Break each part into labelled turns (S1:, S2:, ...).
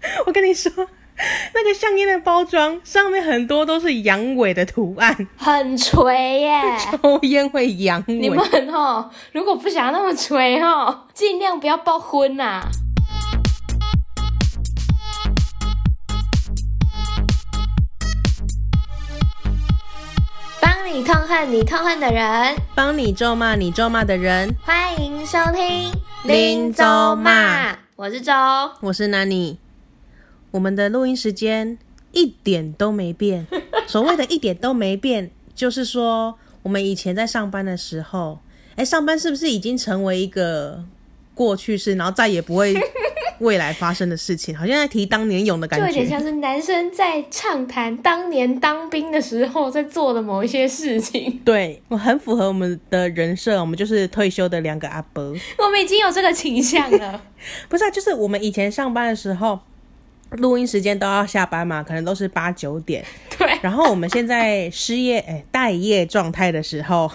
S1: 我跟你说，那个香烟的包装上面很多都是阳痿的图案，
S2: 很垂耶。
S1: 抽烟会阳痿。
S2: 哎你们哦，如果不想要那么垂哦，尽量不要爆婚呐、帮你痛恨你痛恨的人，
S1: 帮你咒骂你咒骂的人，
S2: 欢迎收听
S1: 林州骂，
S2: 我是周。
S1: 我是 Nani。我们的录音时间一点都没 变。所谓的一点都没变，就是说我们以前在上班的时候，哎、上班是不是已经成为一个过去式，然后再也不 会未来发生的事情？好像在提当年勇的
S2: 就
S1: 感
S2: 有点
S1: 觉。
S2: 像是男生在畅谈当年当兵的时候在做的某一些事情，
S1: 对，我很符合我们的人设，我们就是退休的两个阿伯。
S2: 我们已经有这个倾向 了。
S1: 不是啊，就是我们以前上班的时候，录音时间都要下班嘛，可能都是八九点。
S2: 对，
S1: 然后我们现在失业， 哎、待业状态的时候，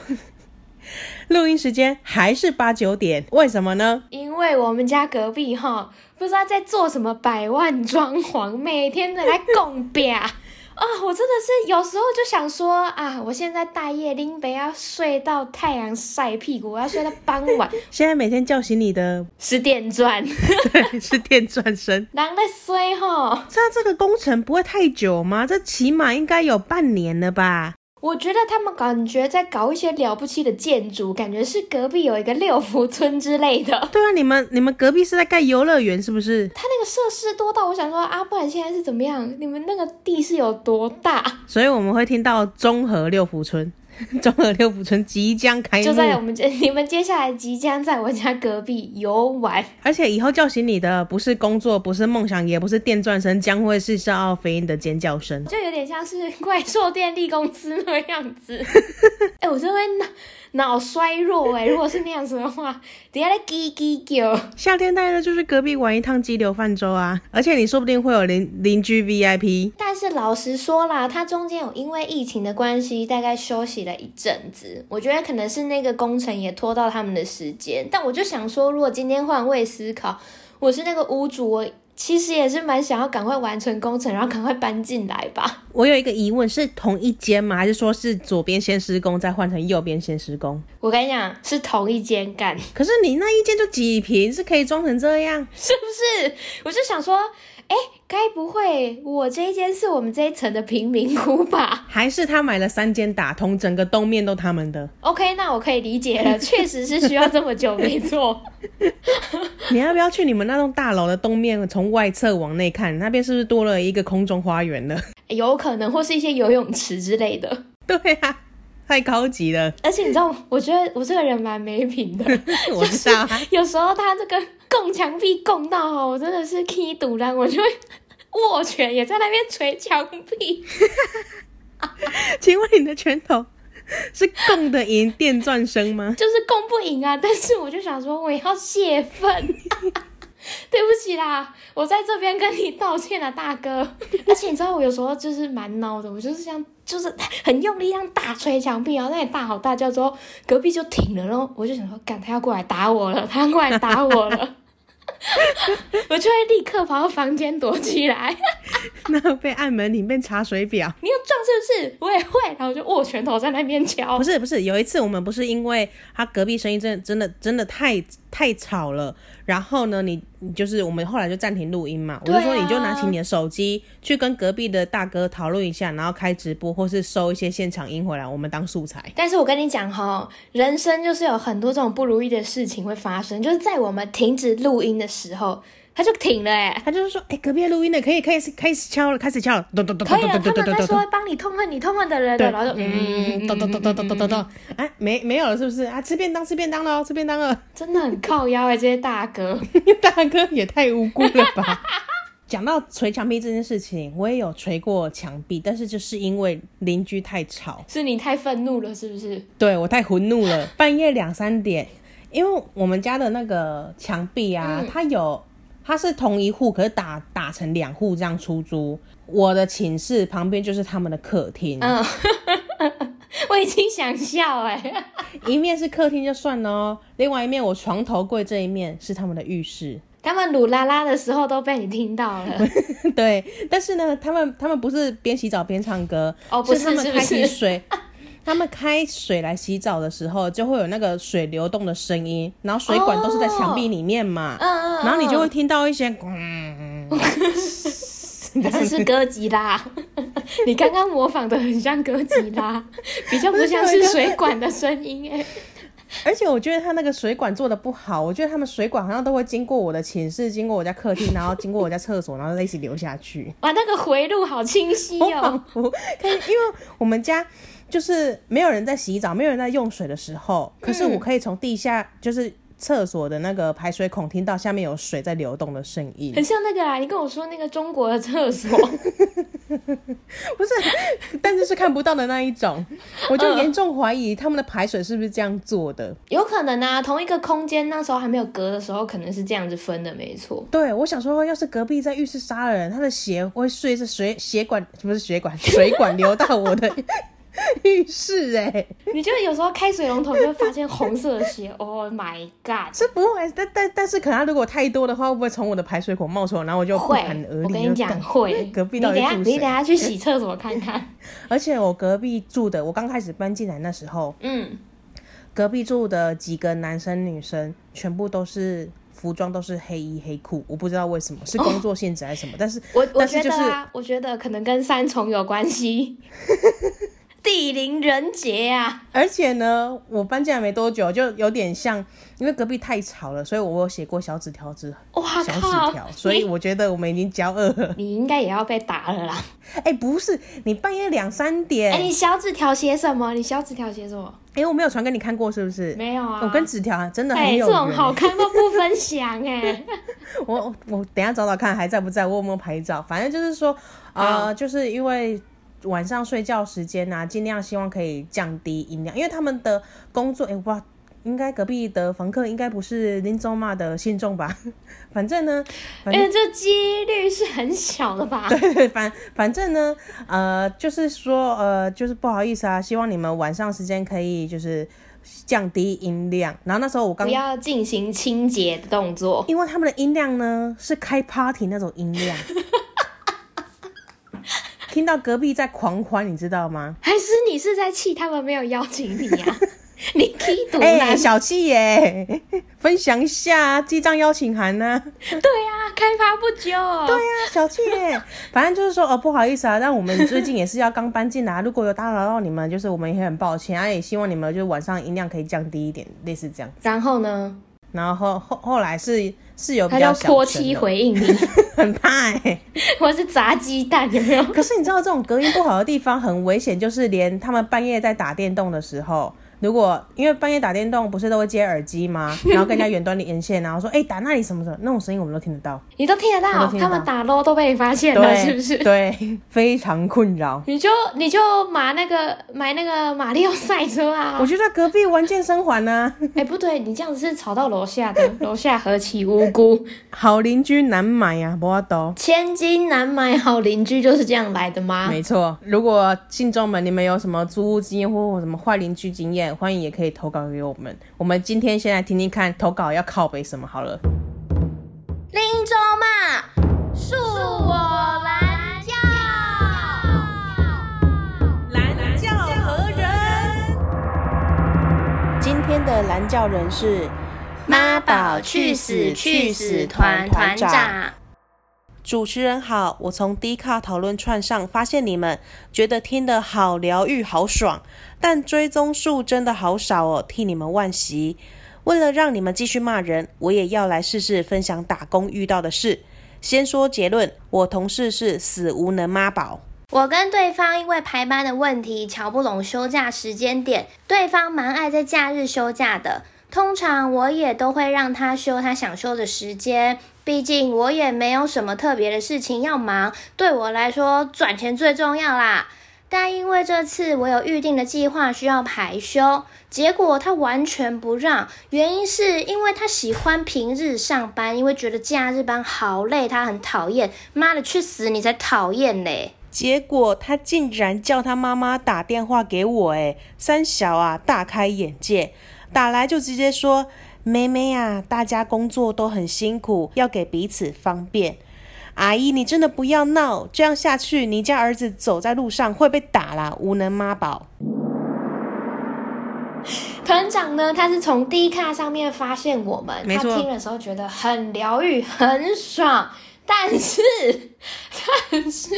S1: 录音时间还是八九点，为什么呢？
S2: 因为我们家隔壁哈，不知道在做什么百万装潢，每天的来供表。 啊、我真的是有时候就想说啊，我现在大夜拎北要睡到太阳晒屁股，我要睡到傍晚
S1: 现在每天叫醒你的
S2: 十点转，
S1: 对是电钻声。
S2: 人在睡哈。
S1: 这这个工程不会太久吗？这起码应该有半年了吧？
S2: 我觉得他们感觉在搞一些了不起的建筑，感觉是隔壁有一个六福村之类的。
S1: 对啊，你们你们隔壁是在盖游乐园是不是？
S2: 它那个设施多到我想说啊，不然现在是怎么样？你们那个地是有多大？
S1: 所以我们会听到中和六福村， 中和六福村即将开
S2: 就在我
S1: 幕，
S2: 们 接你们接下来即将在我家隔壁游玩，
S1: 而且以后叫醒你的不是工作，不是梦想，也不是电钻声，将会是笑傲飞鹰的尖叫声。
S2: 就有点像是 怪兽电力公司那个样子。 哎、我真的会脑脑衰弱哎、如果是那样子的话，等一下在叽叽叫。
S1: 夏天带的就是隔壁玩一趟激流泛舟啊，而且你说不定会有邻邻居 VIP。
S2: 但是老实说啦，它中间有因为疫情的关系，大概休息了一阵子。我觉得可能是那个工程也拖到他们的时间。但我就想说，如果今天换位思考，我是那个屋主，我其实也是蛮想要赶快完成工程，然后赶快搬进来吧。
S1: 我有一个疑问，是同一间吗？还是说是左边先施工，再换成右边先施工？
S2: 我跟你讲，是同一间 干，是
S1: 可是你那一间就几平，是可以装成这样？
S2: 不是？我就想说，哎、该不会我这一间是我们这一层的贫民窟 吧
S1: 还是他买了三间打通，整个东面都他们的？
S2: ？OK，那我可以理 解了，确实是需要这么久，没错。
S1: 你要不要去你们那栋大楼的东面，从外侧往内看，那边是不是多了一个空中花园了？
S2: 有可能或是一些游泳池之类的。
S1: 对啊，太高级了，
S2: 而且你知道，我觉得我这个人蛮没品的，
S1: 我知 道啊。
S2: 有时候他这个拱墙壁拱到哦，我真的是踢堵了，我就会握拳也在那边捶墙壁。
S1: 请问你的拳头是供得赢电钻声吗？
S2: 就是供不赢啊，但是我就想说我要泄愤， 对不起啦，我在这边跟你道歉啦，大哥。而且你知道我有时候就是蛮孬的，我就是这样，就是很用力这样大捶墙壁，然后那里大吼大叫之后，隔壁就停了，然后我就想说，干他要过来打我了，他要过来打我了。 我就会立刻跑到房间躲起来。
S1: 那被按门铃，被查水表。
S2: 你要撞是不 是？我也会，然后我就握拳头在那边敲
S1: 不。是不是，有一次我们不是因为他隔壁声音真的真的真的太太吵了，然后呢，你你就是我们后来就暂停录音嘛，我
S2: 对啊
S1: 就说你就拿起你的手机去跟隔壁的大哥讨论一下，然后开直播或是收一些现场音回来，我们当素材。
S2: 但是我跟你讲哈、人生就是有很多这种不如意的事情会发生，就是在我们停止录音的时候，它就停了哎。
S1: 他就是说，哎、隔壁录音的可以开始开始敲了，开始敲了，咚咚咚
S2: 可
S1: 咚
S2: 以了，啊
S1: 咚
S2: 他
S1: 咚
S2: 们
S1: 咚咚
S2: 在说
S1: 咚。
S2: 帮你痛恨你痛恨的人
S1: 对
S2: 的，然后就嗯，
S1: 嗯，咚咚咚咚咚咚咚咚，哎，没没有了，是不是啊？吃便当，吃便当了，吃便当了。
S2: 真的很靠腰哎、这些大哥。
S1: 大哥也太无辜了吧！讲到捶墙壁这件事情，我也有捶过墙壁，但是就是因为邻居太吵，
S2: 是你太愤怒了，是不是？
S1: 对我太混怒了，半夜两三点，因为我们家的那个墙壁啊，它有它是同一户，可是打打成两户这样出租。我的寝室旁边就是他们的客厅，
S2: 嗯， 我已经想笑哎、
S1: 一面是客厅就算了哦，另外一面我床头柜这一面是他们的浴室。
S2: 他们鲁拉拉的时候都被你听到了，
S1: 对，但是呢，他们他们不是边洗澡边唱歌，
S2: 哦不是
S1: 他们
S2: 是不
S1: 开启
S2: 是
S1: 水， 他们开水来洗澡的时候，就会有那个水流动的声音，然后水管都是在墙壁里面嘛，
S2: 嗯嗯嗯
S1: 然后你就会听到一些，嗯，
S2: 还是是哥吉拉？你刚刚模仿的很像哥吉拉，比较不像是水管的声音哎、
S1: 而且我觉得他那个水管做的不好，我觉得他们水管好像都会经过我的寝室，经过我家客厅，然后经过我家厕所，然后再一起流下去。
S2: 哇，那个回路好清晰
S1: 我
S2: 哦
S1: 仿。佛可以，因为我们家就是没有人在洗澡，没有人在用水的时候，可是我可以从地下就是厕所的那个排水孔听到下面有水在流动的声音。
S2: 很像那个啦，啊你跟我说那个中国的厕所，
S1: 不是，但是是看不到的那一种，我就严重怀疑他们的排水是不是这样做的。
S2: 有可能啊，同一个空间那时候还没有隔的时候，可能是这样子分的，没错。
S1: 对，我想说，要是隔壁在浴室杀了人，他的血会随着水血管不是血管水管流到我的 浴室、欸，哎，
S2: 你就有时候开水龙头就会发现红色的血，Oh my god！
S1: 是不会，但但但是可能它如果太多的话，会不会从我的排水孔冒出来，然后我就不
S2: 会
S1: 寒而栗？，
S2: 我跟你
S1: 就
S2: 讲
S1: 干
S2: 会。
S1: 隔壁
S2: 你
S1: 到底
S2: 等下，
S1: 住
S2: 你等
S1: 谁？
S2: 下去洗厕所看 看。
S1: 而且我隔壁住的，我刚开始搬进来那时候，
S2: 嗯，
S1: 隔壁住的几个男生女生全部都是服装都是黑衣黑裤，我不知道为什么是工作性质还是什么，但是
S2: 我我
S1: 但是
S2: 觉
S1: 就
S2: 得
S1: 是
S2: 啊，我觉得可能跟三重有关 系，地灵人杰啊。
S1: 而且呢，我搬进来没多久，就有点像，因为隔壁太吵了，所以我有写过小纸条子。
S2: 哇
S1: 小
S2: 靠
S1: 纸 条，！所以我觉得我们已经交恶了。
S2: 你应该也要被打了啦。
S1: 哎、不是，你半夜两三点，
S2: 哎、
S1: 哎、
S2: 你小纸条写什么？你小纸条写什么？
S1: 我没有传给你看过，是不是？
S2: 没有啊。
S1: 我跟纸条啊真的
S2: 哎、
S1: 很有
S2: 这种
S1: 缘、
S2: 好看都不分享哎、
S1: 我我我等一下找找看还在不在，我有没有拍照。反正就是说，
S2: 嗯
S1: 呃，就是因为晚上睡觉时间呐、啊，尽量希望可以降低音量，因为他们的工作，哎、哇，应该隔壁的房客应该不是林宗骂的信众吧？ 反正呢，
S2: 哎、这几率是很小的吧？
S1: 对，反反正呢，呃，就是说，呃，就是不好意思啊，希望你们晚上时间可以就是降低音量。然后那时候我刚
S2: 不要进行清洁的动作。
S1: 因为他们的音量呢是开 party 那种音 量，听到隔壁在狂欢，你知道吗？
S2: 还是你是在气他们没有邀请你 啊？你踢毒
S1: 哎、
S2: 男？
S1: 小气耶、 分享一下记账邀请函 呢、
S2: 对啊，开发不久、
S1: 对呀、小气耶、反正就是说，哦，不好意思啊，但我们最近也是要刚搬进来，如果有打扰到你们，就是我们也很抱歉啊，也希望你们就是晚上音量可以降低一点，类似这样。
S2: 然后呢，
S1: 然后后后来是是有比
S2: 他
S1: 较
S2: 就
S1: 小
S2: 泼
S1: 声
S2: 漆
S1: 的，
S2: 回应你，
S1: 很怕哎、
S2: 或是砸鸡蛋，有没有？
S1: 可是你知道这种隔音不好的地方很危险，就是连他们半夜在打电动的时候，如果因为半夜打电动不是都会接耳机 吗？然后跟人家远端连线，然后说哎、打那里什么什么那种声音我们都听得到，
S2: 你都听得
S1: 我
S2: 到，
S1: 都听得到
S2: 他们打 low 都被你发现了，哎是不是？
S1: 对，非常困扰。
S2: 你就你就买那个买那个马里奥赛车啊
S1: 我！就在隔壁玩健啊身环呢、
S2: 哎、不对，你这样子是吵到楼下的，楼下何其无辜，
S1: 好邻居难买呀、啊，不要抖。
S2: 千金难买好邻居就是这样来的吗？
S1: 没错，如果信众们你们有什么租屋经验或什么坏邻居经验，欢迎也可以投稿给我们。我们今天先来听听看投稿要靠北什么好了。
S2: 林州嘛，恕我蓝教。
S1: 蓝教何人？今天的蓝教人是
S2: 妈宝去死去死团团长，
S1: 主持人好，我从 D 卡讨论串上发现你们，觉得听得好疗愈、好爽，但追踪数真的好少哦，替你们惋惜。为了让你们继续骂人，我也要来试试分享打工遇到的事。先说结论，我同事是死无能妈宝。
S3: 我跟对方因为排班的问题瞧不拢休假时间点，对方蛮爱在假日休假的。通常我也都会让他休他想休的时间，毕竟我也没有什么特别的事情要忙，对我来说赚钱最重要啦。但因为这次我有预定的计划需要排休，结果他完全不让，原因是因为他喜欢平日上班，因为觉得假日班好累，他很讨厌。妈的，去死你才讨厌嘞！
S1: 结果他竟然叫他妈妈打电话给我，哎，三小啊，大开眼界，打来就直接说妹妹啊，大家工作都很辛苦，要给彼此方便。阿姨，你真的不要闹，这样下去，你家儿子走在路上会被打啦，无能妈宝。
S2: 团长呢，他是从 D 卡上面发现我们，
S1: 没
S2: 他
S1: 错
S2: 听的时候觉得很疗愈、很爽，但是 但是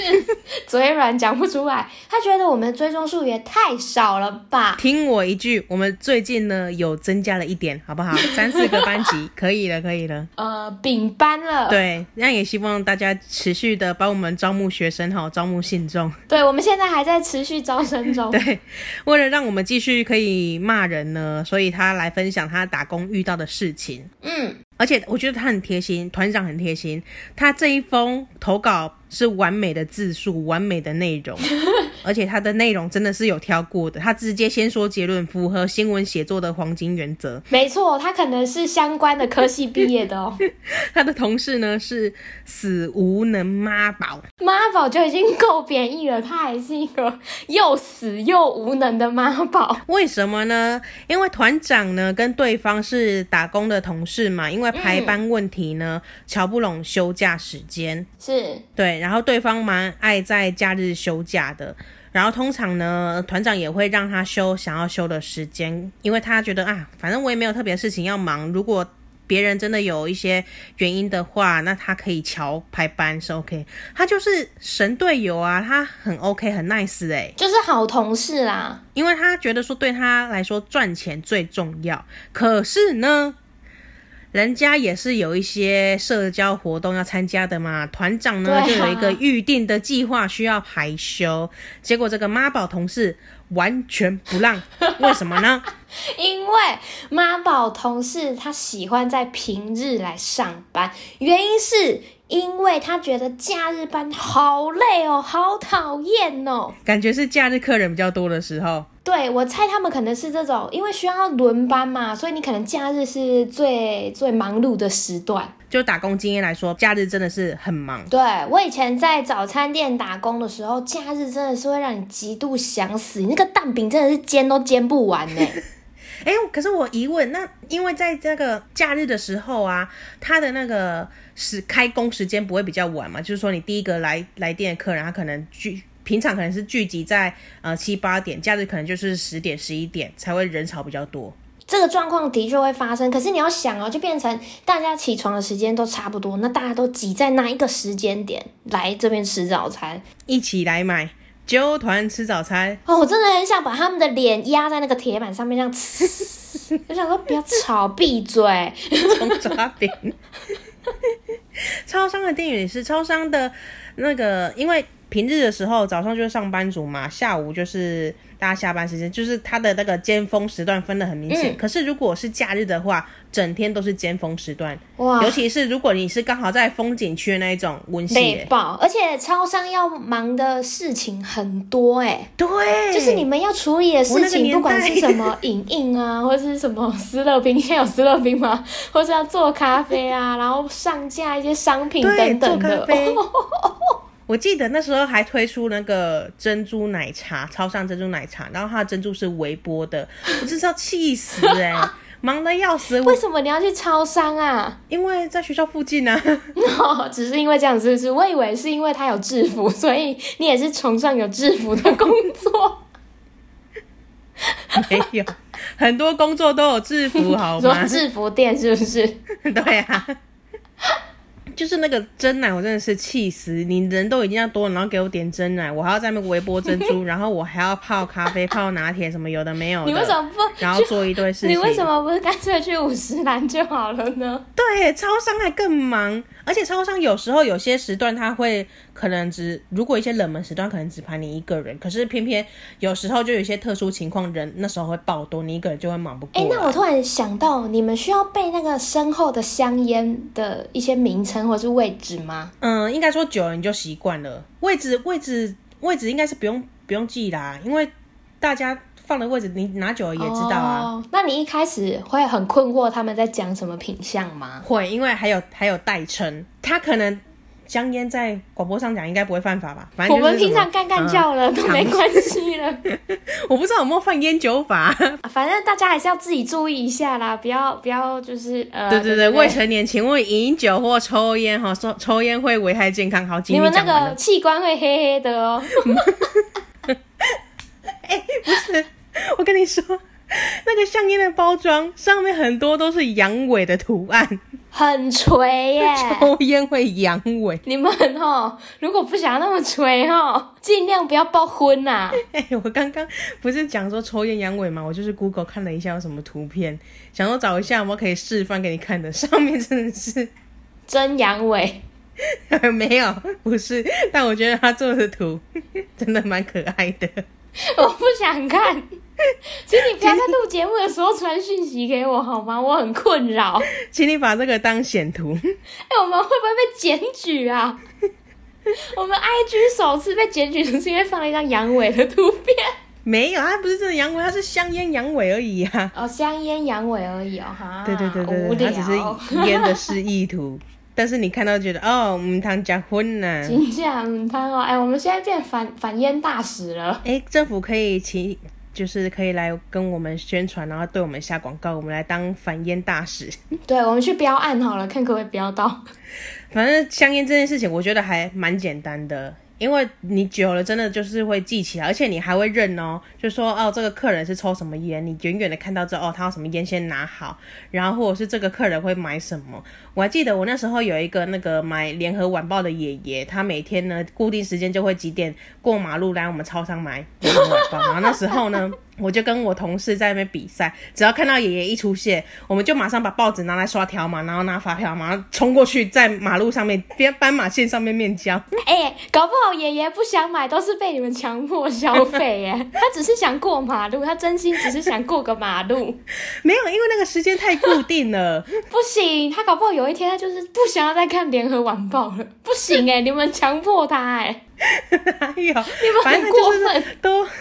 S2: 嘴软讲不出来，他觉得我们追踪数也太少了吧？
S1: 听我一句，我们最近呢有增加了一点，好不 好？三四个班级，可以了，可以了。
S2: 呃，丙班了，
S1: 对，那也希望大家持续的帮我们招募学生哈，招募信众。
S2: 对，我们现在还在持续招 生中。
S1: 对，为了让我们继续可以骂人呢，所以他来分享他打工遇到的事情。
S3: 嗯，
S1: 而且我觉得他很贴心，团长很贴心。他这一封投稿是完美的字数，完美的内容，而且他的内容真的是有挑过的。他直接先说结论，符合新闻写作的黄金原则。
S2: 没错，他可能是相关的科系毕业的哦。
S1: 他的同事呢是死无能妈宝，
S2: 妈宝就已经够贬义了，他还是一个又死又无能的妈宝。
S1: 为什么呢？因为团长呢跟对方是打工的同事嘛，因为排班问题呢，瞧不拢休假时间。
S2: 是，
S1: 对，然后对方蛮爱在假日休假的，然后通常呢，团长也会让他休想要休的时间，因为他觉得啊，反正我也没有特别事情要忙，如果别人真的有一些原因的话，那他可以瞧排班是 OK，他就是神队友啊，他很 OK 很 nice 哎、
S2: 就是好同事啦。
S1: 因为他觉得说对他来说赚钱最重要。可是呢，人家也是有一些社交活动要参加的嘛，团长呢、就
S2: 对啊
S1: 有一个预定的计划需要排休，结果这个妈宝同事完全不 让，为什么呢？
S2: 因为妈宝同事他喜欢在平日来上班，原因是因为他觉得假日班好累哦，好讨厌哦。
S1: 感觉是假日客人比较多的时候。
S2: 对我猜他们可能是这种，因为需要轮班嘛，所以你可能假日是最最忙碌的时段。
S1: 就打工经验来说，假日真的是很忙，
S2: 对我以前在早餐店打工的时候，假日真的是会让你极度想死，你那个蛋饼真的是煎都煎不完欸呢、
S1: 哎、可是我疑问，那因为在这个假日的时候啊，他的那个时开工时间不会比较晚嘛？就是说，你第一个来来电的客人，他可能聚平常可能是聚集在呃七八点，假日可能就是十点十一点才会人潮比较多。
S2: 这个状况的确会发生，可是你要想哦，就变成大家起床的时间都差不多，那大家都挤在那一个时间点来这边吃早餐
S1: 一起来买揪团吃早餐，
S2: 哦，我真的很想把他们的脸压在那个铁板上面，这样吃，我想说不要吵，闭嘴。
S1: 葱 抓饼。超商的店员也是，超商的那个，因为平日的时候早上就是上班族嘛，下午就是大家下班时间，就是他的那个尖峰时段分的很明显。
S2: 嗯
S1: 可是如果是假日的话，整天都是尖峰时段，
S2: 哇
S1: 尤，其是如果你是刚好在风景区的那一种温馨、
S2: 累
S1: 欸，
S2: 爆！而且超商要忙的事情很多哎、
S1: 对，
S2: 就是你们要处理的
S1: 我
S2: 事
S1: 那个
S2: 情，
S1: 年代
S2: 不管是什么影印 啊，或是什么斯乐冰，现在有斯乐冰吗？或是要做咖啡啊，然后上架一些商品
S1: 对
S2: 等等
S1: 做咖
S2: 的。
S1: 啡 我记得那时候还推出那个珍珠奶茶，超上珍珠奶茶，然后它的珍珠是微波的，我真是要气死哎、 忙得要死，我
S2: 为什么你要去超商啊？
S1: 因为在学校附近啊，
S2: 哦，只是因为这样，是不是？我以为是因为他有制服，所以你也是崇尚有制服的工作。
S1: 没有很多工作都有制 服，好
S2: 说
S1: 吗？
S2: 制服店是不是？
S1: 对啊，就是那个真奶，我真的是气死！你人都已经要多了，然后给我点真奶，我还要在那边微波珍 珠，然后我还要泡咖啡、泡拿铁什么有的没有的，
S2: 你为什么不？
S1: 然后做一堆事情，
S2: 你为什么不干脆去五十岚就好了呢？
S1: 对，超商还更忙，而且超商有时候有些时段他会可能只，如果一些冷门时段可能只排你一个人，可是偏偏有时候就有一些特殊情况，人那时候会爆多，你一个人就会忙不过
S2: 哎、
S1: 来。
S2: 那我突然想到，你们需要背那个身后的香烟的一些名称或是位置吗？
S1: 嗯，应该说久了你就习惯了，位置位置位置应该是不用不用记啦，因为大家放的位置你拿久了也知道啊。
S2: 哦。那你一开始会很困惑他们在讲什么品相吗？
S1: 会，因为还有还有代称，他可能香烟在广播上讲应该不会犯法吧？反正
S2: 我
S1: 就是
S2: 们
S1: 什么嗯
S2: 平常干干叫了、都没关系 了、
S1: 我不知道有没有犯烟酒法。
S2: 啊反正大家还是要自己注意一下啦，不要不要就是呃，
S1: 对对
S2: 对
S1: 对，
S2: 不
S1: 未成年请勿饮酒或抽烟哈，说抽烟会危害健康。好，
S2: 你
S1: 今
S2: 们
S1: 天
S2: 那
S1: 讲完
S2: 个
S1: 了。
S2: 器官会黑黑的哦。
S1: 我跟你说，那个香烟的包装上面很多都是阳痿的图案，
S2: 很垂耶。
S1: 抽烟会阳痿。
S2: 你们哦，如果不想要那么垂哦，尽量不要啊爆昏呐、
S1: 哎、我刚刚不是讲说抽烟阳痿嘛，我就是 Google 看了一下有什么图片，想说找一下我可以示范给你看的。上面真的是
S2: 真阳痿，
S1: 没有，不是，但我觉得他做的图 真的蛮可爱的。
S2: 我不想看。请你不要在录节目的时候传讯息给我好吗？我很困扰。
S1: 请你把这个当显图。
S2: 哎、我们会不会被检举啊？ 我们 IG 首次被检举，就是因为放了一张阳痿的图片。
S1: 没有，他不是真的阳痿，他是香烟阳痿而已啊。
S2: 哦，香烟阳痿而已哦，哈。
S1: 对对对
S2: 无
S1: 对对，
S2: 聊。
S1: 它只是烟的示意图， 但是你看到觉得哦，嗯，他结婚啊呢、
S2: 真假唔贪哦，哎、我们现在变反反烟大使了。
S1: 哎，政府可以请，就是可以来跟我们宣传，然后对我们下广告，我们来当反烟大使。
S2: 对，我们去标案好了，看可不可以标到。
S1: 反正香烟这件事情，我觉得还蛮简单的，因为你久了真的就是会记起来，而且你还会认哦，就说哦，这个客人是抽什么烟，你远远的看到这哦，他有什么烟先拿好，然后或者是这个客人会买什么。我还记得我那时候有一个那个买联合晚报的爷爷，他每天呢固定时间就会几点过马路来我们超商买联合晚报，然后那时候呢。我就跟我同事在那边比赛，只要看到爷爷一出现，我们就马上把报纸拿来刷条码，然后拿发票嘛，然后冲过去在马路上面，边斑马线上面面交。
S2: 哎、搞不好爷爷不想买，都是被你们强迫消费 耶。他只是想过马路，他真心只是想过个马路。
S1: 没有，因为那个时间太固定了。
S2: 不行，他搞不好有一天他就是不想要再看联合晚报了。不 行哎，你们强迫他哎，
S1: 哪有？
S2: 你
S1: 反正
S2: 们很
S1: 他就
S2: 过
S1: 是
S2: 分。
S1: 都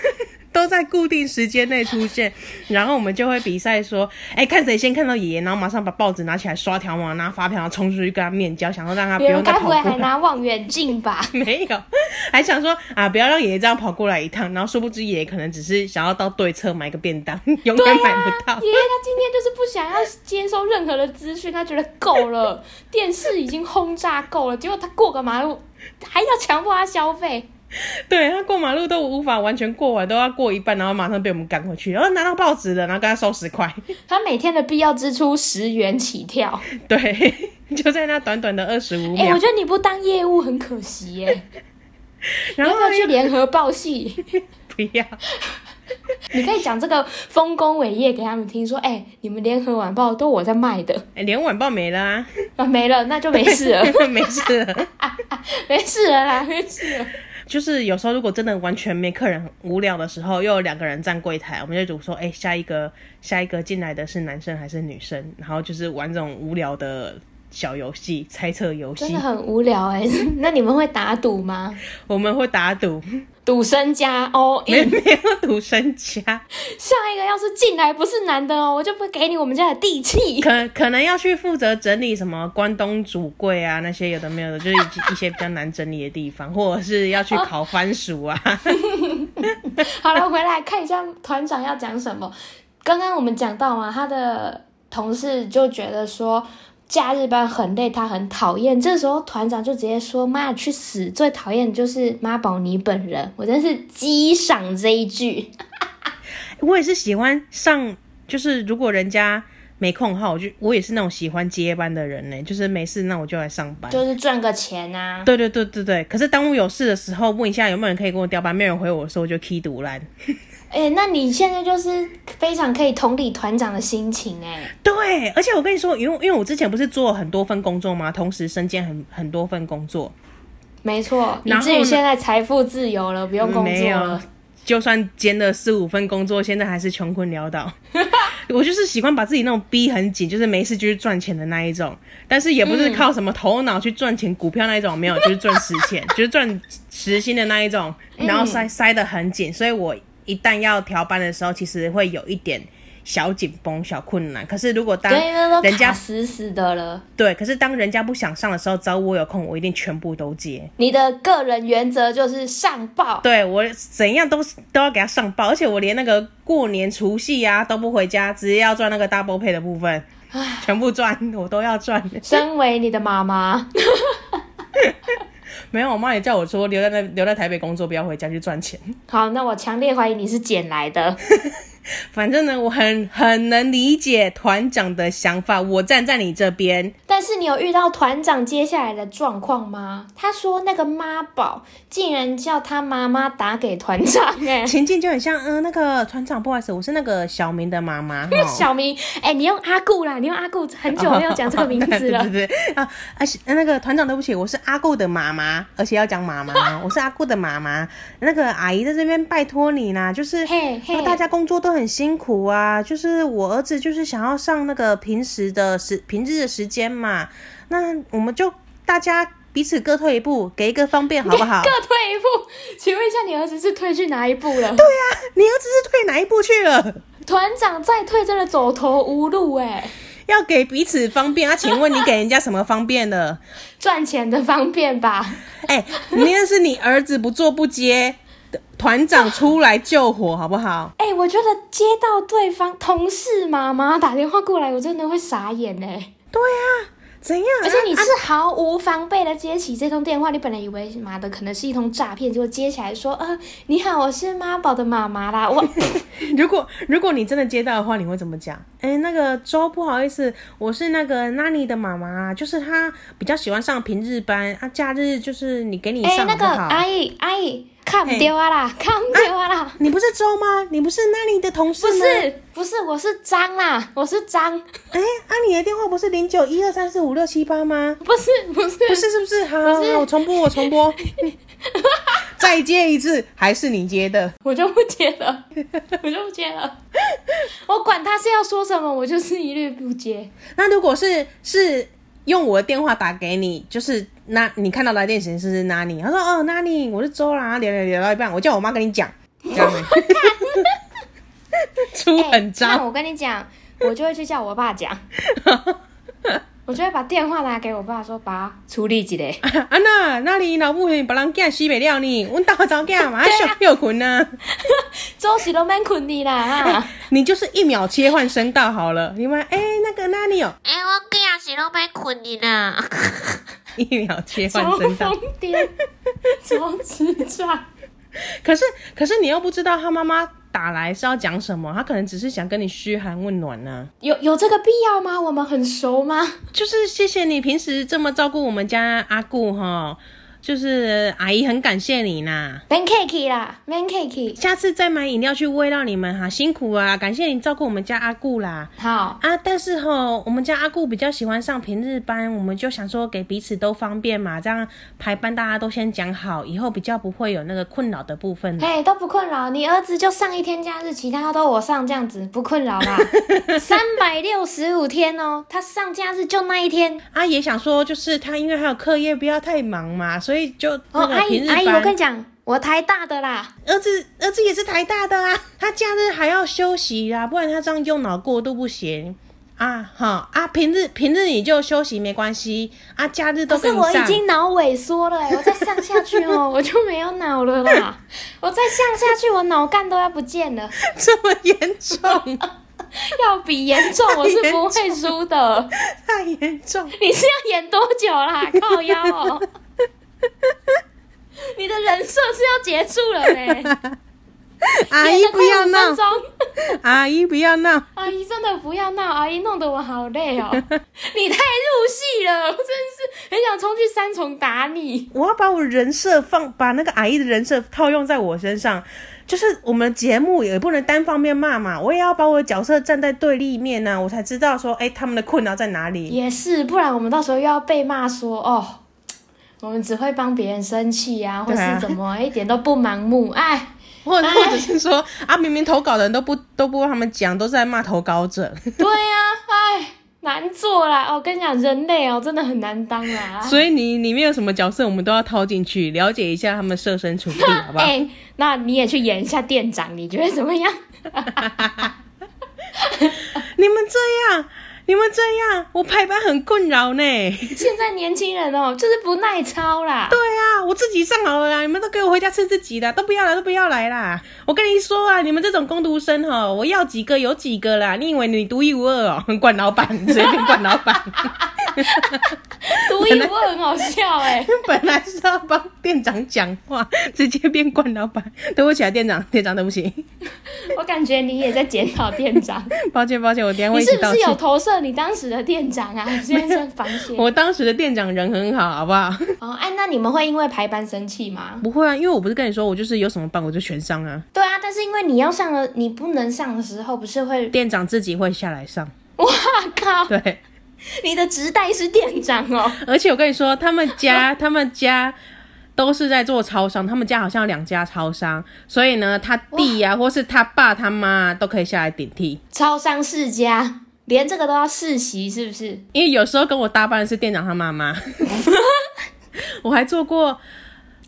S1: 都在固定时间内出现，然后我们就会比赛说，哎、看谁先看到爷爷，然后马上把报纸拿起来刷条码，拿发票，然后冲出去跟他面交，想说让他不
S2: 你
S1: 用
S2: 们
S1: 再
S2: 该
S1: 跑
S2: 不会
S1: 过
S2: 还
S1: 来。
S2: 拿望远镜吧？
S1: 没有，还想说啊，不要让爷爷这样跑过来一趟，然后殊不知爷爷可能只是想要到对侧买个便当， 永
S2: 对啊
S1: 远
S2: 呀、
S1: 买不到。
S2: 爷爷他今天就是不想要接收任何的资讯，他觉得够了，电视已经轰炸够了，结果他过个马路还要强迫他消费，
S1: 对他过马路都无法完全过完，都要过一半，然后马上被我们赶回去，然后拿到报纸了，然后跟他收十块。
S2: 他每天的必要支出十元起跳。
S1: 对， 就在那短短的二十五
S2: 哎、
S1: 秒
S2: 我，觉得你不当业务很可惜 耶、
S1: 然
S2: 要
S1: 后
S2: 不要去联合报系？
S1: 不要。
S2: 你可以讲这个丰功伟业给他们听，说，哎、你们联合晚报都我在卖的，
S1: 哎连晚报没了啊，
S2: 啊，没了，那就没事了，
S1: 没事了。
S2: 没事了啦，没事了。
S1: 就是有时候如果真的完全没客人，很无聊的时候，又有两个人站柜台，我们就赌说，哎、下一个下一个进来的是男生还是女生，然后就是玩这种无聊的小游戏、猜测游
S2: 真
S1: 戏
S2: 的，很无聊哎、 那你们会打赌吗？
S1: 我们会打赌，
S2: 赌身家 all in
S1: 没没有赌身家。
S2: 下一个要是进来不是男的哦，我就不给你我们家的地契。
S1: 可可能要去负责整理什么关东煮柜啊，那些有的没有的，就是一一些比较难整理的地方，或者是要
S2: 哦
S1: 去烤番薯啊。
S2: 好了，回来看一下团长要讲什么。刚刚我们讲到嘛，他的同事就觉得说假日班很累，他很讨厌。这时候团长就直接说：“妈，去死！最讨厌就是妈宝你本人。”我真是激赏这一句。
S1: 哎我也是喜欢上，就是如果人家没空的话，我就我也是那种喜欢接班的人呢、就是没事那我就来上班。
S2: 就是赚个钱啊，
S1: 对对对对对，可是当我有事的时候，问一下有没有人可以跟我调班，没有人回我的时候，我就 key 独烂。
S2: 哎、那你现在就是非常可以同理团长的心情哎、
S1: 对，而且我跟你说，因为因为我之前不是做很多份工作吗？同时身兼很很多份工作，
S2: 没错，以
S1: 然后
S2: 至于
S1: 呢
S2: 现在财富自由了，不用工
S1: 没
S2: 作
S1: 有
S2: 了。
S1: 就算兼了四五份工作，现在还是穷困潦倒。 我就是喜欢把自己那种逼很紧，就是没事就是赚钱的那一种，但是也不是靠什么头脑去赚钱，股票那一种没有，就是赚实 钱，就是赚实薪的那一
S2: 嗯
S1: 种，然后塞塞得很紧，所以我一旦要调班的时候，其实会有一点小紧绷、小困难。可是如嗯果当
S2: 对，因为都
S1: 人家
S2: 卡死死的了。
S1: 对，可是当人家不想上的时候，只要我有空，我一定全部都接。
S2: 你的个人原则就是上报，
S1: 对我怎样都都要给他上报，而且我连那个过年除夕呀、都不回家，只要赚那个 double pay 的部分，全部赚，我都要赚。
S2: 身为你的妈妈，
S1: 没有，我妈也叫我说留在那留在台北工作，不要回家去赚钱。
S2: 好，那我强烈怀疑你是捡来的。
S1: 反正呢，我很很能理解团长的想法，我站在你这边。
S2: 但是你有遇到团长接下来的状况吗？他说那个妈宝竟然叫他妈妈打给团长、哎，
S1: 情境就很像，嗯、那个团长，不好意思，我是那个小明的妈妈。
S2: 那
S1: 哦
S2: 小明，哎、你用阿顾啦，你用阿顾，很久没有讲这个名字了
S1: 对。对对啊！而且那个团长，对不起，我是阿顾的妈妈，而且要讲妈妈，我是阿顾的妈妈。那个阿姨在这边拜托你啦，就是
S2: 嘿嘿
S1: 大家工作都很辛苦啊，就是我儿子就是想要上那个平时的时平日的时间嘛，那我们就大家彼此各退一步，给一个方便好不哦 好？
S2: 各退一步，请问一下，你儿子是退去哪一步了？
S1: 对啊，你儿子是退哪一步去了？
S2: 团长再退，真的走投无路哎、
S1: 要给彼此方便啊？请问你给人家什么方便了？
S2: 赚钱的方便吧？
S1: 哎、你那是你儿子不做不接，团长出来救火好不好？
S2: 哎、我觉得接到对方同事妈妈打电话过来，我真的会傻眼哎、
S1: 对呀、怎样？
S2: 而且你
S1: 啊
S2: 是毫无防备的接起这通电话，你本来以为妈的可能是一通诈骗，结果接起来说，呃，你好，我是妈宝的妈 妈啦，我哎
S1: 如果如果你真的接到的话，你会怎么讲？哎、那个周，不好意思，我是那个 Nani 的妈妈，就是她比较喜欢上平日班啊，假日就是你给你
S2: 哎、
S1: 上
S2: 那
S1: 好不
S2: 个
S1: 好？
S2: 阿姨阿姨看不丢啊啦，看不丢啊啦，
S1: 你不是周吗？你不是 Nani 的同事
S2: 不
S1: 吗？
S2: 是不是，我是张啦，我是张，
S1: 哎、啊，你的电话不是零九一二三四五六七八吗？
S2: 不是不是
S1: 不是，是不是？好，好好我重播，我重 播，再接一次，还是你接的。
S2: 我就不接了，我就不接了，我管他是要说什么，我就是一律不接。
S1: 那如果是是用我的电话打给你，就是那你看到来电显示是 Nani，他说哦 Nani，我是周啦，聊聊聊到一半，我叫我妈跟你讲， 这样吗？出
S2: 哎
S1: 很
S2: 那
S1: 招，
S2: 我跟你讲，我就会去叫我爸 讲，我就会把电话拿给我爸说，爸处理一下。
S1: 啊那那你老母把人囝死不了呢，阮大早囝 嘛，小休困啊，
S2: 周时都蛮困啊你啦哈。
S1: 你就是一秒切换声道好了，你们哎、那个 Nani 哦，
S3: 哎、我囝是拢要困你啦。
S1: 一秒切 换
S2: 超
S1: 声道。
S2: 疯癫，超智障。
S1: 可是，可是你又不知道他妈妈打来是要讲什么，他可能只是想跟你嘘寒问暖呢、
S2: 有有这个必要吗？我们很熟吗？
S1: 就是谢谢你平时这么照顾我们家阿顾哈，就是阿姨很感谢你呐。
S2: 免客气啦，免客气。
S1: 下次再买饮料去喂到你们哈，辛苦啊！感谢你照顾我们家阿顾啦。
S2: 好，
S1: 啊，但是吼，我们家阿顾比较喜欢上平日班，我们就想说给彼此都方便嘛，这样排班大家都先讲好，以后比较不会有那个困扰的部分啦。
S2: 哎、都不困扰，你儿子就上一天假日，其他都我上，这样子不困扰啦。三百六十五天哦，他上假日就那一天。
S1: 阿姨啊想说，就是她因为还有课业，不要太忙嘛，所以就
S2: 哦，
S1: 那个
S2: 阿
S1: 平
S2: 姨
S1: 日
S2: 阿姨，
S1: 班
S2: 我跟你讲，我台大的啦，
S1: 儿子儿子也是台大的啊，他假日还要休息啦，不然他这样用脑过度不行啊。哈啊，平日平日你就休息没关系啊，假日都
S2: 可
S1: 给
S2: 是
S1: 你
S2: 我已
S1: 上。
S2: 经脑萎缩了、欸，我再上下去哦，我就没有脑了啦。我再上下去，我脑干都要不见了，
S1: 这么严 重，
S2: 要比严重，我是不会输 的。
S1: 太严重。
S2: 你是要演多久 啦？靠腰哦、你的人设是要结束了嘞、
S1: 阿姨
S2: 演了
S1: 不要
S2: 快
S1: 闹
S2: 五分，钟。
S1: 阿姨不要闹。
S2: 阿姨真的不要闹，阿姨弄得我好累 哦。你太入戏了，我真是很想冲去三重打你。
S1: 我要把我人设放，把那个阿姨的人设套用在我身上，就是我们节目也不能单方面骂嘛，我也要把我的角色站在对立面呢、我才知道说，哎、他们的困扰在哪里。
S2: 也是，不然我们到时候又要被骂说哦，我们只会帮别人生气啊，或
S1: 对啊
S2: 是怎么，一点都不盲目。哎，
S1: 或者或者是说啊，明明投稿的人都不都不跟他们讲，都是在骂投稿者，
S2: 对呀、哎，难做啦。哦，跟你讲，人类哦，真的很难当啦。
S1: 所以你里面有什么角色，我们都要套进去，了解一下他们设身处地，
S2: 哎
S1: 好不好？
S2: 哎、那你也去演一下店长，你觉得怎么样？
S1: 你们这样，你们这样，我排班很困扰呢。
S2: 现在年轻人哦，就是不耐操啦。
S1: 对啊，我自己上好了啦，你们都给我回家吃自己的，都不要来，都不要来啦！我跟你说啊，你们这种工读生哈，我要几个有几个啦！你以为你独一无二哦？管老板，随便管老 板。
S2: 独一无二很好笑哎、
S1: 本来是要帮店长讲话，直接变管老板。对不起啊，店长，店长，对不起，
S2: 我感觉你也在检讨店长，
S1: 抱歉， 抱歉，我等一下
S2: 你
S1: 会一
S2: 是
S1: 起
S2: 不
S1: 道
S2: 是
S1: 歉。
S2: 有投射你当时的店 长啊？现在在反省。
S1: 我当时的店长人很好，好不好？
S2: 哦，哎、那你们会因为排班生气吗？
S1: 不会啊，因为我不是跟你说，我就是有什么班我就全上啊。
S2: 对啊，但是因为你要上了，你不能上的时候，不是会？
S1: 店长自己会下来上，
S2: 哇靠！
S1: 对。
S2: 你的职代是店长哦，
S1: 而且我跟你说，他们家他们家都是在做超商，他们家好像有两家超商，所以呢，他弟呀、或是他爸他妈啊都可以下来顶替。
S2: 超商世家，连这个都要世袭是不是？
S1: 因为有时候跟我搭班的是店长他妈妈，我还做过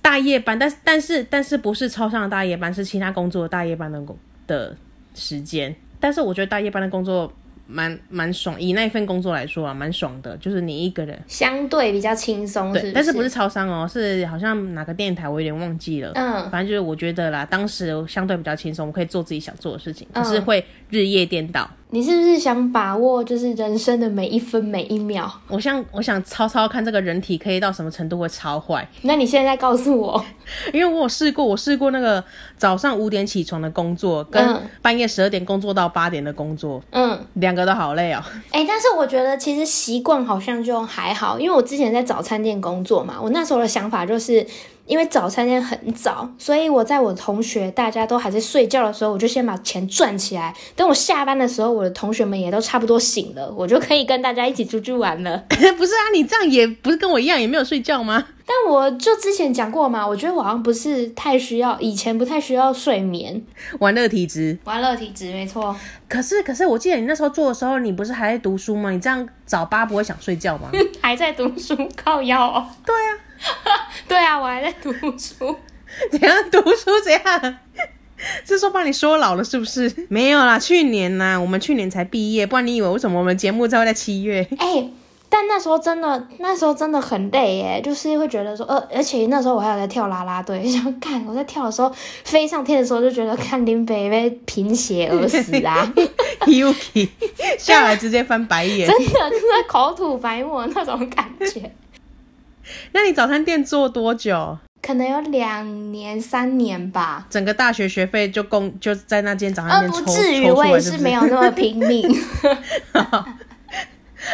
S1: 大夜班，但是但是但是不是超商的大夜班，是其他工作的大夜班的工的时间。但是我觉得大夜班的工作蛮蛮爽，以那一份工作来说啊，蛮爽的，就是你一个人。
S2: 相对比较轻松，
S1: 对，
S2: 是不是？
S1: 但是不是超商哦，是好像哪个电台，我有点忘记了。
S2: 嗯
S1: 反正就是我觉得啦，当时相对比较轻松，我可以做自己想做的事情，可
S2: 嗯
S1: 是会日夜颠倒。
S2: 你是不是想把握就是人生的每一分每一秒？
S1: 我想，我想操操看这个人体可以到什么程度会超坏，
S2: 那你现在告诉我，
S1: 因为我有试过，我试过那个早上五点起床的工作，跟
S2: 嗯
S1: 半夜十二点工作到八点的工作，
S2: 嗯，
S1: 两个都好累哦。
S2: 哎、但是我觉得其实习惯好像就还好，因为我之前在早餐店工作嘛，我那时候的想法就是，因为早餐店很早，所以我在我同学大家都还在睡觉的时候，我就先把钱赚起来。等我下班的时候，我的同学们也都差不多醒了，我就可以跟大家一起出去玩了。
S1: 不是啊，你这样也不是跟我一样，也没有睡觉吗？
S2: 但我就之前讲过嘛，我觉得我好像不是太需要，以前不太需要睡眠，
S1: 玩乐体质。
S2: 玩乐体质没错。
S1: 可是可是，我记得你那时候做的时候，你不是还在读书吗？你这样早八不会想睡觉吗？
S2: 还在读书，靠腰哦。
S1: 对啊。
S2: 对啊，我还在读书。
S1: 怎样读书怎样？是说把你说老了是不是？ 没有啦，去年呐、我们去年才毕业，不然你以为为什么我们节目才会在七 月？
S2: 哎、但那时候真的，那时候真的很累耶，就是会觉得说，呃，而且那时候我还有在跳啦啦队， 想看我在跳的时候飞上天的时候，就觉得看林北被贫血而死 啊，
S1: Yuki 下来直接翻白眼。
S2: 真的就是口吐白沫那种感觉。
S1: 那你早餐店做多久？
S2: 可能有两年三年吧，
S1: 整个大学学费就供就在那间早餐
S2: 呃，
S1: 店
S2: 不
S1: 抽
S2: 至于，
S1: 抽出
S2: 我
S1: 来
S2: 也
S1: 是嗯不
S2: 没有那么拼命。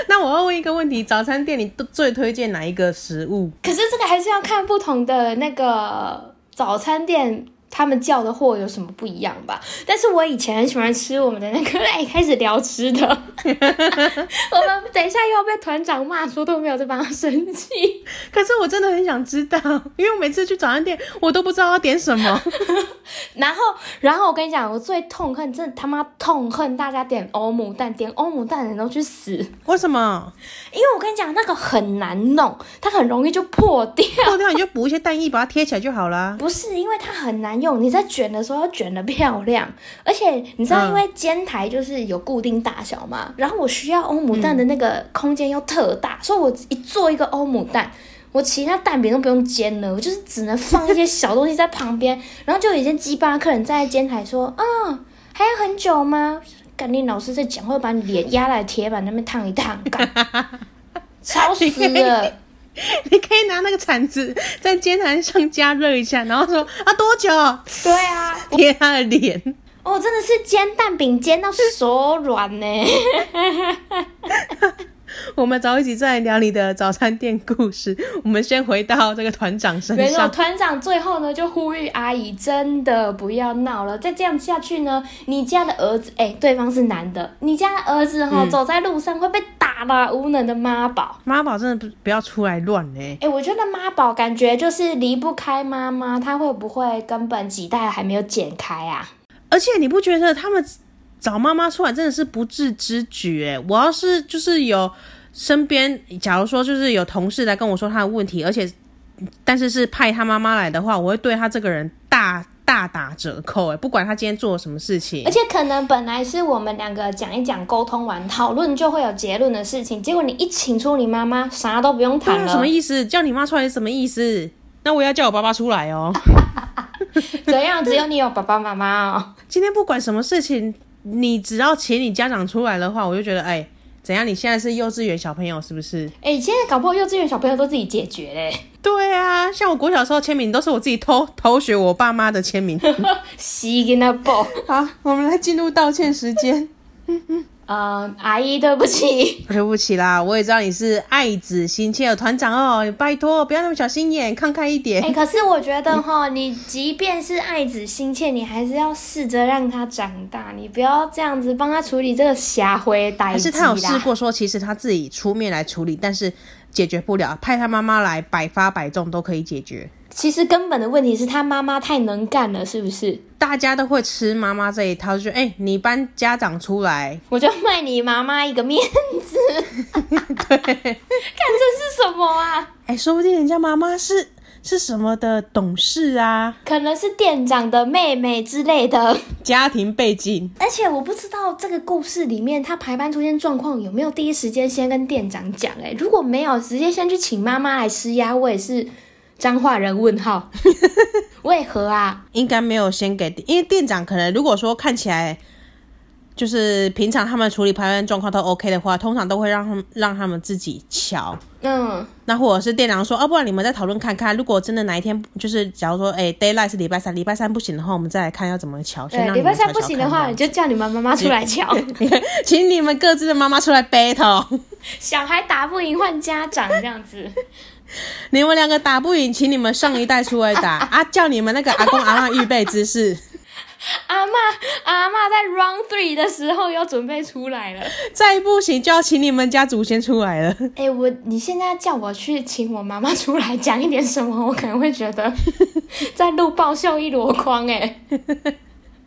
S1: 那我要问一个问题：早餐店你都最推荐哪一个食物？
S2: 可是这个还是要看不同的那个早餐店。他们叫的货有什么不一样吧？但是我以前很喜欢吃我们的那个， 哎、开始聊吃的， 我们等一下又要被团长骂，说都没有在帮他生气。
S1: 可是我真的很想知道，因为我每次去早餐店，我都不知道要点什 么。
S2: 然后，然后我跟你讲，我最痛恨，真的他妈痛恨大家点欧姆蛋，点欧姆蛋的人都去死，因
S1: 为什么？
S2: 为我跟你讲，那个很难弄，它很容易就破掉。
S1: 破掉你就补一些蛋液，把它贴起来就好啊啦。
S2: 不是，因为它很难用，你在卷的时候要卷的漂亮， 而且你知道，
S1: 嗯
S2: 因为煎台就是有固定大小嘛，然后我需要欧姆蛋的那个空间又特大，所以我一做一个欧姆蛋。我其他蛋饼都不用煎了，我就是只能放一些小东西在旁边，然后就有一些鸡巴客人在煎台说：“啊、还要很久吗？”赶紧老师在讲，会把你脸压在铁板那边烫一烫，干超死了。
S1: 你可以拿那个铲子在煎盘上加热一下，然后说啊多久
S2: 对啊，
S1: 贴他的脸，
S2: 哦，真的是煎蛋饼煎到手软 呢。
S1: 我们早一起再聊你的早餐店故事。我们先回到这个团长身
S2: 没错，
S1: 上，
S2: 团长最后呢就呼吁阿姨真的不要闹了，再这样下去呢，你家的儿子，哎、对方是男的，你家的儿子
S1: 嗯
S2: 哈、走在路上会被打的，无能的妈宝。
S1: 妈宝真的不不要出来乱呢、欸
S2: 哎、我觉得妈宝感觉就是离不开妈妈，他会不会根本几代还没有剪开啊？
S1: 而且你不觉得他们找妈妈出来真的是不智之举、欸？我要是就是有身边，假如说就是有同事来嗯跟我说他的问题，而且但是是派他妈妈来的话，我会对他这个人大大大打折扣、哎，不管他今天做了什么事情哎
S2: 而，且可能本来是我们两个讲一讲、沟通完、讨论就会有结论的事情，结果你一请出你妈妈，啥都不用
S1: 对
S2: 谈
S1: 啊，什么
S2: 了。
S1: 意思？叫你妈出来是什么意思？那我也要叫我爸爸出来 哦。
S2: 怎样？只有你有爸爸妈妈哦。
S1: 今天不管什么事情，你只要请你家长出来的话，我就觉得，哎、怎样？你现在是幼稚园小朋友是不是？
S2: 哎、现在搞不好幼稚园小朋友都自己解决嘞，
S1: 对啊，像我国小时候签名都是我自己偷偷学我爸妈的签名。
S2: 吸跟那爆。
S1: 好，我们来进入道歉时间。
S2: 嗯，阿姨，对 不起。
S1: 对不起啦，我也知道你是爱子心切的团长哦，你拜托不要那么小心眼，看开一点。
S2: 哎、可是我觉得哈，你即便是爱子心切，你还是要试着让他长大，你不要这样子帮他处理这个瞎灰呆
S1: 还
S2: 机
S1: 是
S2: 啦。
S1: 他有试过说，其实他自己出面来处理，但是解决不了，派他妈妈来百发百中都可以解决。
S2: 其实根本的问题是他妈妈太能干了，是不是？
S1: 大家都会吃妈妈这一套，就觉得哎、你班家长出 来，
S2: 我就卖你妈妈一个面子。 看这是什么啊？
S1: 哎、说不定人家妈妈是是什么的懂事啊，
S2: 可能是店长的妹妹之类的。
S1: 家庭背景。
S2: 而且我不知道这个故事里面他排班出现状况有没有第一时间先跟店长讲、欸？如果没有，直接先去请妈妈来施压，我也是彰化人问号。 为何啊？
S1: 应该没有先给，因为店长可能如果说看起来就是平常他们处理排班状况都 OK 的话，通常都会让他们让他们自己瞧。
S2: 嗯，
S1: 那或者是店长说，哦，不然你们再讨论看看，如果真的哪一天就是假如说，哎、d a y l i g h t 是礼拜三，礼拜三不行的话，我们再来看要怎么瞧。先
S2: 对，
S1: 让
S2: 哎礼
S1: 你
S2: 拜
S1: 们瞧瞧
S2: 三
S1: 看
S2: 不行的话，你就叫你们妈妈出 来瞧。
S1: 这样请你们各自的妈妈出来 battle，
S2: 小孩打不赢换家长这样子。
S1: 你们两个打不赢，请你们上一代出来 打啊，叫你们那个阿公阿嬷预备姿势。
S2: 阿嬷阿嬷在 round three 的时候要准备出来了。
S1: 再不行就要请你们家祖先出来了。
S2: 哎、我你现在叫我去请我妈妈出来讲一点什么，我可能会觉 得在录爆笑一箩筐哎、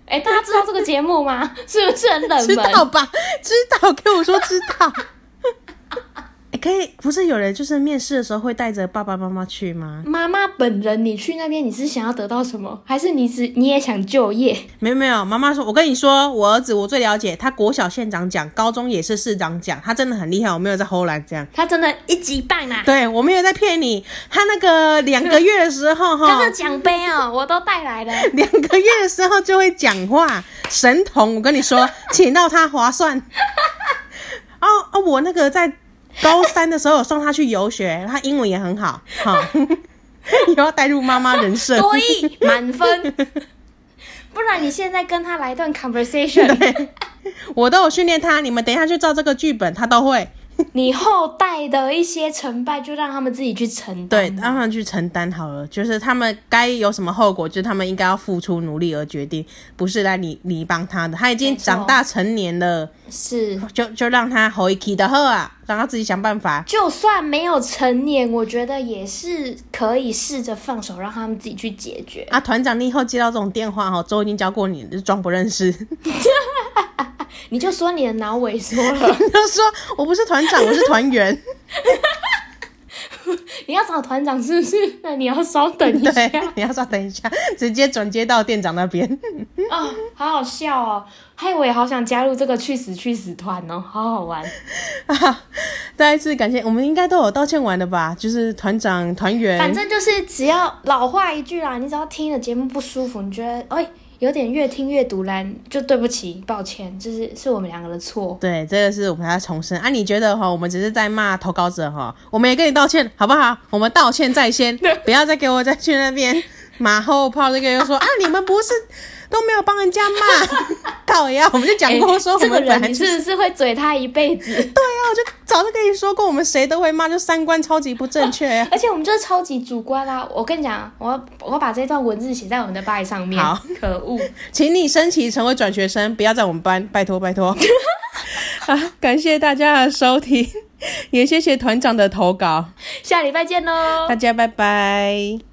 S2: 哎、大家知道这个节目吗？是不是很冷
S1: 知
S2: 门？
S1: 道吧？ 知道，跟我说知 道。欸、可以，不是有人就是面试的时候会带着爸爸妈妈去吗？
S2: 妈妈本人，你去那边你是想要得到什么，还是你只你也想就业？
S1: 没有没有，妈妈说，我跟你说，我儿子我最了解，他国小县长奖，高中也是市长奖，他真的很厉害，我没有在胡乱这样。
S2: 他真的一级棒啊！
S1: 对，我没有在骗你。他那个两个月的时候，
S2: 他
S1: 哈
S2: 的，奖杯哦，我都带来了。
S1: 两个月的时候就会讲话，神童，我跟你说，请到他划算。 哦哦，我那个在高三的时候有送他去游学，他英文也很好，好、 以后要带入妈妈人设。
S2: 多一满分。 不然你现在跟他来一段 conversation，
S1: 我都有训练他，你们等一下就照这个剧本，他都会。
S2: 你后代的一些成败就让他们自己去承担。
S1: 对，让他们去承担好了，就是他们该有什么后果，就是他们应该要付出努力而决定，不是来你你帮他的。他已经
S2: 错
S1: 长大成年了，
S2: 是，
S1: 就就让他回去的喝啊，让他自己想办法。
S2: 就算没有成年，我觉得也是可以试着放手，让他们自己去解决。
S1: 啊，团长，你以后接到这种电话哦，周已经教过你，就装不认识， 就
S2: 你就说你的脑萎 缩了，
S1: 说我不是团长，我是团员。
S2: 你要找团长是不 是？那你要稍 等一下
S1: 对，你要稍等一下，直接转接到店长那边。
S2: 啊、好好笑哦！害我也好想加入这个去死去死团哦，好好玩。
S1: 嗯再一次感谢，我们应该都有道歉完的吧？就是团长、团员，
S2: 反正就是只要老话一句啦，你只要听了节目不舒服，你觉得哎、有点越听越堵然，就对不起，抱歉，就是是我们两个的错。
S1: 对，这个是我们要重申啊！你觉得哈，我们只是在骂投稿者哈，我们也跟你道歉，好不好？我们道歉在先，不要再给我再去那边 马后炮。这个又说啊，你们不是都没有帮人家骂， 靠呀！我们就讲过 说，我
S2: 哎这
S1: 们
S2: 个
S1: 本
S2: 人
S1: 来
S2: 你
S1: 就是
S2: 是不是会嘴他一辈子？
S1: 对啊，我就早就跟你说过，我们谁都会骂，就三观超级不正 确。啊
S2: 而且我们就是超级主观啦、我跟你讲，我要我要把这段文字写在我们的 b 上面。
S1: 好，
S2: 可恶！
S1: 请你升旗成为转学生，不要在我们班，拜托拜托。 啊，感谢大家的收听，也谢谢团长的投稿，
S2: 下礼拜见喽。
S1: 大家拜拜。